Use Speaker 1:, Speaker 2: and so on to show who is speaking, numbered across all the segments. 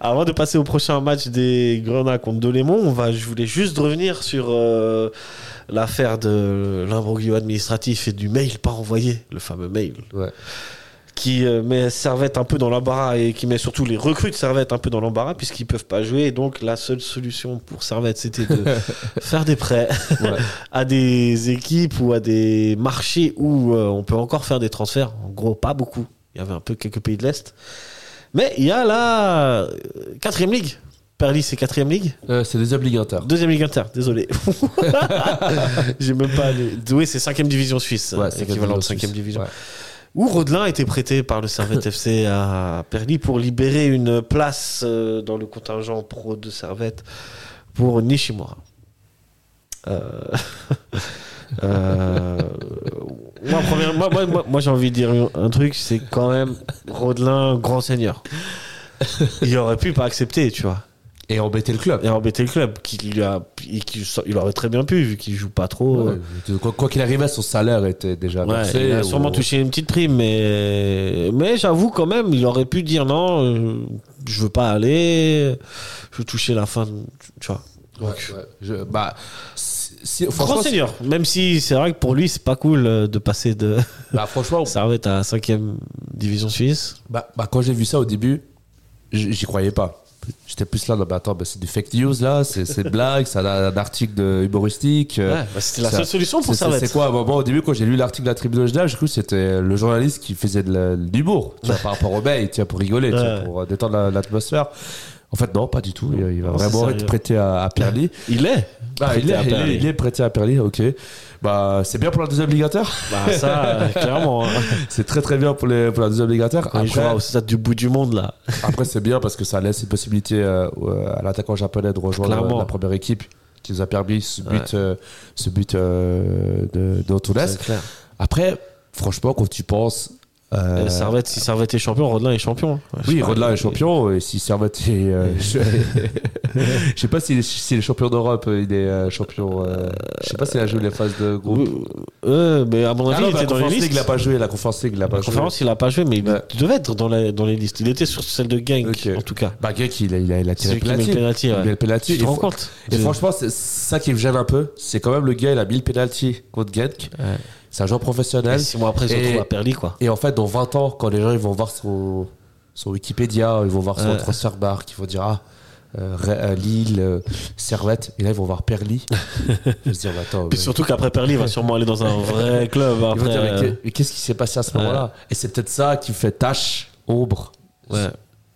Speaker 1: Avant de passer au prochain match des Grenats contre Delémont, on va, je voulais juste revenir sur euh, l'affaire de l'imbroglio administratif et du mail pas envoyé, le fameux mail.
Speaker 2: Ouais.
Speaker 1: Qui euh, met Servette un peu dans l'embarras et qui met surtout les recrues de Servette un peu dans l'embarras puisqu'ils peuvent pas jouer. Et donc la seule solution pour Servette, c'était de faire des prêts
Speaker 2: Ouais.
Speaker 1: à des équipes ou à des marchés où euh, on peut encore faire des transferts. En gros, pas beaucoup. Il y avait un peu quelques pays de l'Est. Mais il y a la euh, quatrième ligue. Perlis, c'est quatrième ligue.
Speaker 2: Euh, c'est des obligataires.
Speaker 1: Deuxième ligue inter, désolé. J'ai même pas. les- Oui, c'est cinquième division suisse.
Speaker 2: Ouais, c'est
Speaker 1: équivalent de
Speaker 2: Suisse.
Speaker 1: cinquième division.
Speaker 2: Ouais.
Speaker 1: Où Rodelin a été prêté par le Servette FC à Perly pour libérer une place euh, dans le contingent pro de Servette pour Nishimura. Euh, euh, moi, première- moi, moi, moi- moi, j'ai envie de dire un truc, c'est quand même Rodelin, grand seigneur. Il aurait pu pas accepter, tu vois,
Speaker 2: Et embêter le club.
Speaker 1: et embêter le club, qui lui a, et qui- il aurait très bien pu vu qu'il joue pas trop. euh,
Speaker 2: Ouais, de- Quoi quoi qu'il arrivait, son salaire était déjà
Speaker 1: Ouais,
Speaker 2: annoncé.
Speaker 1: il a
Speaker 2: ou-
Speaker 1: sûrement touché une petite prime, mais, mais j'avoue quand même, il aurait pu dire non, euh, je veux pas aller, je veux toucher la fin, de- tu vois.
Speaker 2: Ouais, ouais. Je- bah, si- si-
Speaker 1: Grand
Speaker 2: franchement, si-
Speaker 1: seigneur, même si c'est vrai que pour lui, c'est pas cool euh, de passer de
Speaker 2: bah, franchement,
Speaker 1: Servette à 5ème division suisse.
Speaker 2: Bah, bah, quand j'ai vu ça au début, j- j'y croyais pas. J'étais plus là, non, mais attends, bah, c'est du fake news là, c'est c'est blague, c'est un, un article de humoristique. euh,
Speaker 1: Ouais, bah, c'était la
Speaker 2: ça-
Speaker 1: seule solution pour
Speaker 2: c'est- c'est-
Speaker 1: Servette.
Speaker 2: C'est quoi Moi, moi, au début, quand j'ai lu l'article de la Tribune originale, j'ai cru que c'était le journaliste qui faisait de la- de l'humour tu vois, par rapport au mail, tu vois, pour rigoler, tu vois,
Speaker 1: Ouais.
Speaker 2: pour euh, détendre la- l'atmosphère. En fait, non, pas du tout. Il, il va
Speaker 1: Non, c'est
Speaker 2: vraiment
Speaker 1: sérieux.
Speaker 2: être prêté à, à Perly.
Speaker 1: Il est
Speaker 2: Bah, il,
Speaker 1: prêté
Speaker 2: est,
Speaker 1: à
Speaker 2: il est-
Speaker 1: Perly.
Speaker 2: il est prêté à Perly, ok. Bah, c'est bien pour la deuxième obligataire.
Speaker 1: Bah, ça, euh, clairement. hein.
Speaker 2: c'est très très bien pour, les, pour la deuxième obligataire.
Speaker 1: Il jouera au stade du bout du monde, là.
Speaker 2: Après, c'est bien parce que ça laisse une possibilité euh, euh, à l'attaquant japonais de rejoindre
Speaker 1: Clairement.
Speaker 2: euh, la première équipe qui nous a permis ce but,
Speaker 1: Ouais.
Speaker 2: euh, ce but euh, de, de Antunes.
Speaker 1: C'est clair.
Speaker 2: Après, franchement, quand tu penses. euh,
Speaker 1: Euh, Servette, si Servette est champion, Rodelin est champion. hein. Ouais, je sais
Speaker 2: oui,
Speaker 1: pas.
Speaker 2: Rodelin est champion. Et si Servette est. euh, je je sais pas s'il est, s'il est champion d'Europe. Il est euh, champion. euh, je sais pas s'il a joué les phases de groupe.
Speaker 1: Oui, euh, mais à mon
Speaker 2: Ah
Speaker 1: avis,
Speaker 2: non,
Speaker 1: il
Speaker 2: bah,
Speaker 1: était
Speaker 2: la
Speaker 1: dans les
Speaker 2: Conference League,
Speaker 1: listes.
Speaker 2: il a pas joué. La conférence League, il a pas
Speaker 1: La
Speaker 2: joué.
Speaker 1: conférence, il a pas joué, mais il
Speaker 2: Ouais.
Speaker 1: devait être dans, la- dans les listes. Il était sur celle de Gang,
Speaker 2: Ok.
Speaker 1: en tout cas.
Speaker 2: Bah, Grec, il a, il a, il a
Speaker 1: C'est
Speaker 2: tiré
Speaker 1: celui qui met le penalty.
Speaker 2: Il a le penalty.
Speaker 1: Tu te
Speaker 2: Et
Speaker 1: rends
Speaker 2: fr-
Speaker 1: compte
Speaker 2: Et
Speaker 1: de-
Speaker 2: franchement, c'est ça qui me gêne un peu. C'est quand même le gars, il a mis le penalty contre Genk.
Speaker 1: Ouais.
Speaker 2: C'est un joueur professionnel.
Speaker 1: Et Six mois après, ils se
Speaker 2: Et-
Speaker 1: retrouvent à Perly, quoi.
Speaker 2: Et en fait, dans 20 ans, quand les gens ils vont voir son, son Wikipédia, ils vont voir son
Speaker 1: Ouais.
Speaker 2: transfert bar, ils vont dire Ah, euh, Re- euh, Lille, euh, Servette. Et là, ils vont voir Perly. Je vais se dire Mais Attends,
Speaker 1: Puis
Speaker 2: mais-
Speaker 1: surtout qu'après Perly, il va sûrement aller dans un vrai club.
Speaker 2: ils vont
Speaker 1: Après,
Speaker 2: dire, mais
Speaker 1: euh,
Speaker 2: que- mais qu'est-ce qui s'est passé à ce moment-là Et c'est peut-être ça qui fait tache, ombre.
Speaker 1: ouais.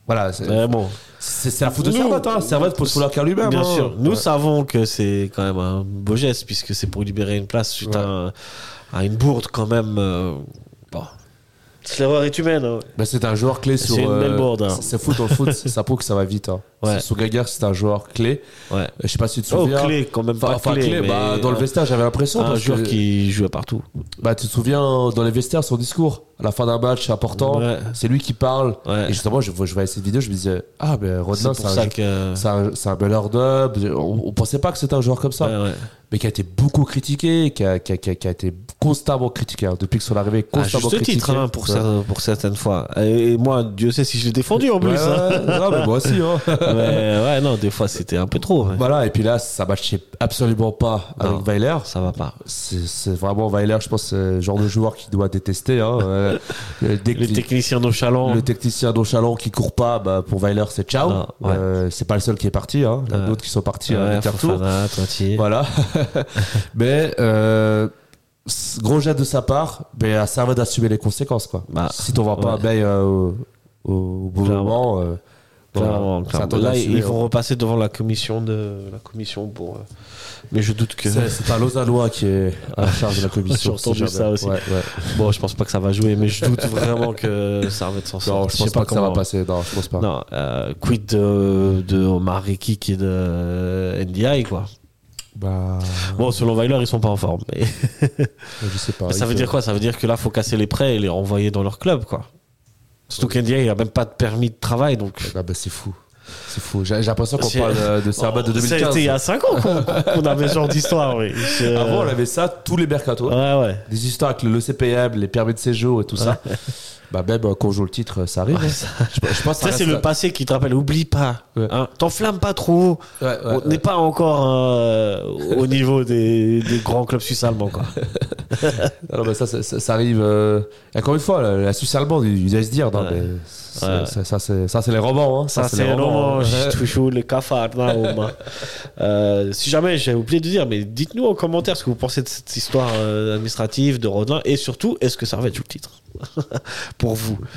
Speaker 2: Voilà, c'est
Speaker 1: Mais bon,
Speaker 2: c'est- c'est la faute de
Speaker 1: Nous-
Speaker 2: Servette. Hein. Servette pose sous la carte lui-même.
Speaker 1: bien
Speaker 2: hein.
Speaker 1: sûr. Nous
Speaker 2: Ouais.
Speaker 1: savons que c'est quand même un beau geste, puisque c'est pour libérer une place suite à, un- à une bourde, quand même. euh, Bon. L'erreur est humaine. hein.
Speaker 2: Ben, c'est un joueur clé sur. euh,
Speaker 1: C'est une belle board, hein.
Speaker 2: c'est- C'est foot, dans le foot, ça prouve que ça va vite. Hein.
Speaker 1: Ouais.
Speaker 2: Sous Gagar, c'est un joueur clé. Euh,
Speaker 1: Ouais.
Speaker 2: Je sais pas si tu te
Speaker 1: Oh,
Speaker 2: souviens.
Speaker 1: clé, quand même.
Speaker 2: Enfin,
Speaker 1: Pas
Speaker 2: enfin,
Speaker 1: clé,
Speaker 2: clé,
Speaker 1: mais
Speaker 2: bah, dans le vestiaire, j'avais l'impression.
Speaker 1: un
Speaker 2: parce
Speaker 1: joueur
Speaker 2: que-
Speaker 1: qui jouait partout.
Speaker 2: Bah, tu te souviens, dans les vestiaires, son discours, à la fin d'un match important,
Speaker 1: Ouais.
Speaker 2: c'est lui qui parle.
Speaker 1: Ouais.
Speaker 2: Et justement, je, je voyais cette vidéo, je me disais, ah, mais
Speaker 1: C'est
Speaker 2: Rodelin, c'est
Speaker 1: pour
Speaker 2: un,
Speaker 1: ça
Speaker 2: jou-
Speaker 1: que. euh,
Speaker 2: c'est un, c'est un bel hors On, on pensait pas que c'était un joueur comme ça,
Speaker 1: Ouais, ouais.
Speaker 2: mais qui a été beaucoup critiqué, qui a, qui a- qui a- qui a été constamment critiqué. hein. Depuis que son arrivée,
Speaker 1: À
Speaker 2: constamment
Speaker 1: juste
Speaker 2: critiqué.
Speaker 1: titre, hein, pour,
Speaker 2: Ouais.
Speaker 1: cer- pour certaines fois. Et, et moi, Dieu sait si je l'ai défendu en plus.
Speaker 2: Ouais,
Speaker 1: hein.
Speaker 2: ouais, non, mais moi aussi. hein.
Speaker 1: Mais ouais, non, des fois c'était un peu trop. ouais.
Speaker 2: Voilà, et puis là, ça matchait absolument pas
Speaker 1: Non.
Speaker 2: avec Weiler.
Speaker 1: Ça va pas.
Speaker 2: C'est c'est vraiment Weiler, je pense, c'est le genre de joueur qui doit détester. Hein. Euh, dès que-
Speaker 1: Le technicien nonchalant.
Speaker 2: le technicien nonchalant qui court pas, bah, pour Weiler, c'est ciao.
Speaker 1: Non, ouais.
Speaker 2: Euh, c'est pas le seul qui est parti. Hein. Il y en a
Speaker 1: Ouais.
Speaker 2: d'autres qui sont partis à
Speaker 1: Ouais,
Speaker 2: l'intertour.
Speaker 1: Fofana, Toiti.
Speaker 2: Voilà. mais euh, c- gros jet de sa part, mais à Servette d'assumer les conséquences. Quoi.
Speaker 1: Bah,
Speaker 2: si t'en vas pas
Speaker 1: ouais.
Speaker 2: mais, euh, au, au bon
Speaker 1: Clairement.
Speaker 2: moment, euh,
Speaker 1: Clairement,
Speaker 2: voilà,
Speaker 1: clairement.
Speaker 2: ça t'en
Speaker 1: Là,
Speaker 2: assumer,
Speaker 1: ils vont
Speaker 2: hein.
Speaker 1: repasser devant la commission de la commission pour. euh, Mais je doute que.
Speaker 2: C'est c'est un Lausannois qui est à la charge de la commission.
Speaker 1: J'ai entendu
Speaker 2: si
Speaker 1: ça
Speaker 2: jamais.
Speaker 1: aussi.
Speaker 2: Ouais, ouais.
Speaker 1: Bon, je pense pas que ça va jouer, mais je doute vraiment que ça va être sans
Speaker 2: Non, je pense pas, que ça va
Speaker 1: passer
Speaker 2: passer. Non, je pense pas.
Speaker 1: Non, euh, quid de, de Omar Rekik et de euh, NDI, quoi.
Speaker 2: Bah,
Speaker 1: Bon, selon Weiler, ils sont pas en forme. mais-
Speaker 2: je sais pas.
Speaker 1: Mais ça veut
Speaker 2: Il fait-
Speaker 1: dire quoi Ça veut dire que là, faut casser les prêts et les renvoyer dans leur club, quoi. Surtout qu'NDI, il a même pas de permis de travail, donc
Speaker 2: Ah bah, c'est fou. C'est fou. J'ai j'ai l'impression qu'on
Speaker 1: C'est-
Speaker 2: parle euh, de Serbat de
Speaker 1: Oh, C'était il y
Speaker 2: 2015.
Speaker 1: a euh, 5 ans qu'on qu'on avait ce genre d'histoire, oui. Je-
Speaker 2: Avant, on avait ça tous les mercatos.
Speaker 1: Ouais, ouais.
Speaker 2: Des histoires avec le LEC payable, les permis de séjour et tout ça. Bah, même euh, quand on joue le titre, ça arrive. hein. Je, je pense que
Speaker 1: Ça, c'est
Speaker 2: reste-
Speaker 1: le passé qui te rappelle. Oublie pas.
Speaker 2: Ouais.
Speaker 1: hein. T'enflamme pas trop.
Speaker 2: Ouais, ouais,
Speaker 1: On
Speaker 2: ouais.
Speaker 1: n'est pas encore euh, au niveau des, des grands clubs suisses allemands. Quoi.
Speaker 2: Non, mais ça, ça, ça- ça arrive. euh, Encore une fois, la, la Suisse allemande, ils ils allaient se dire. non,
Speaker 1: Ouais.
Speaker 2: mais c'est-
Speaker 1: Ouais.
Speaker 2: c'est- ça, c'est ça, c'est les romans. Hein.
Speaker 1: Ça, c'est
Speaker 2: hein.
Speaker 1: l'orange,
Speaker 2: Ouais.
Speaker 1: toujours le cafard. là, au moins. Euh, si jamais j'ai oublié de dire, mais dites-nous en commentaire ce que vous pensez de cette histoire euh, administrative de Rodelin et surtout, est-ce que ça revêt tout le titre pour vous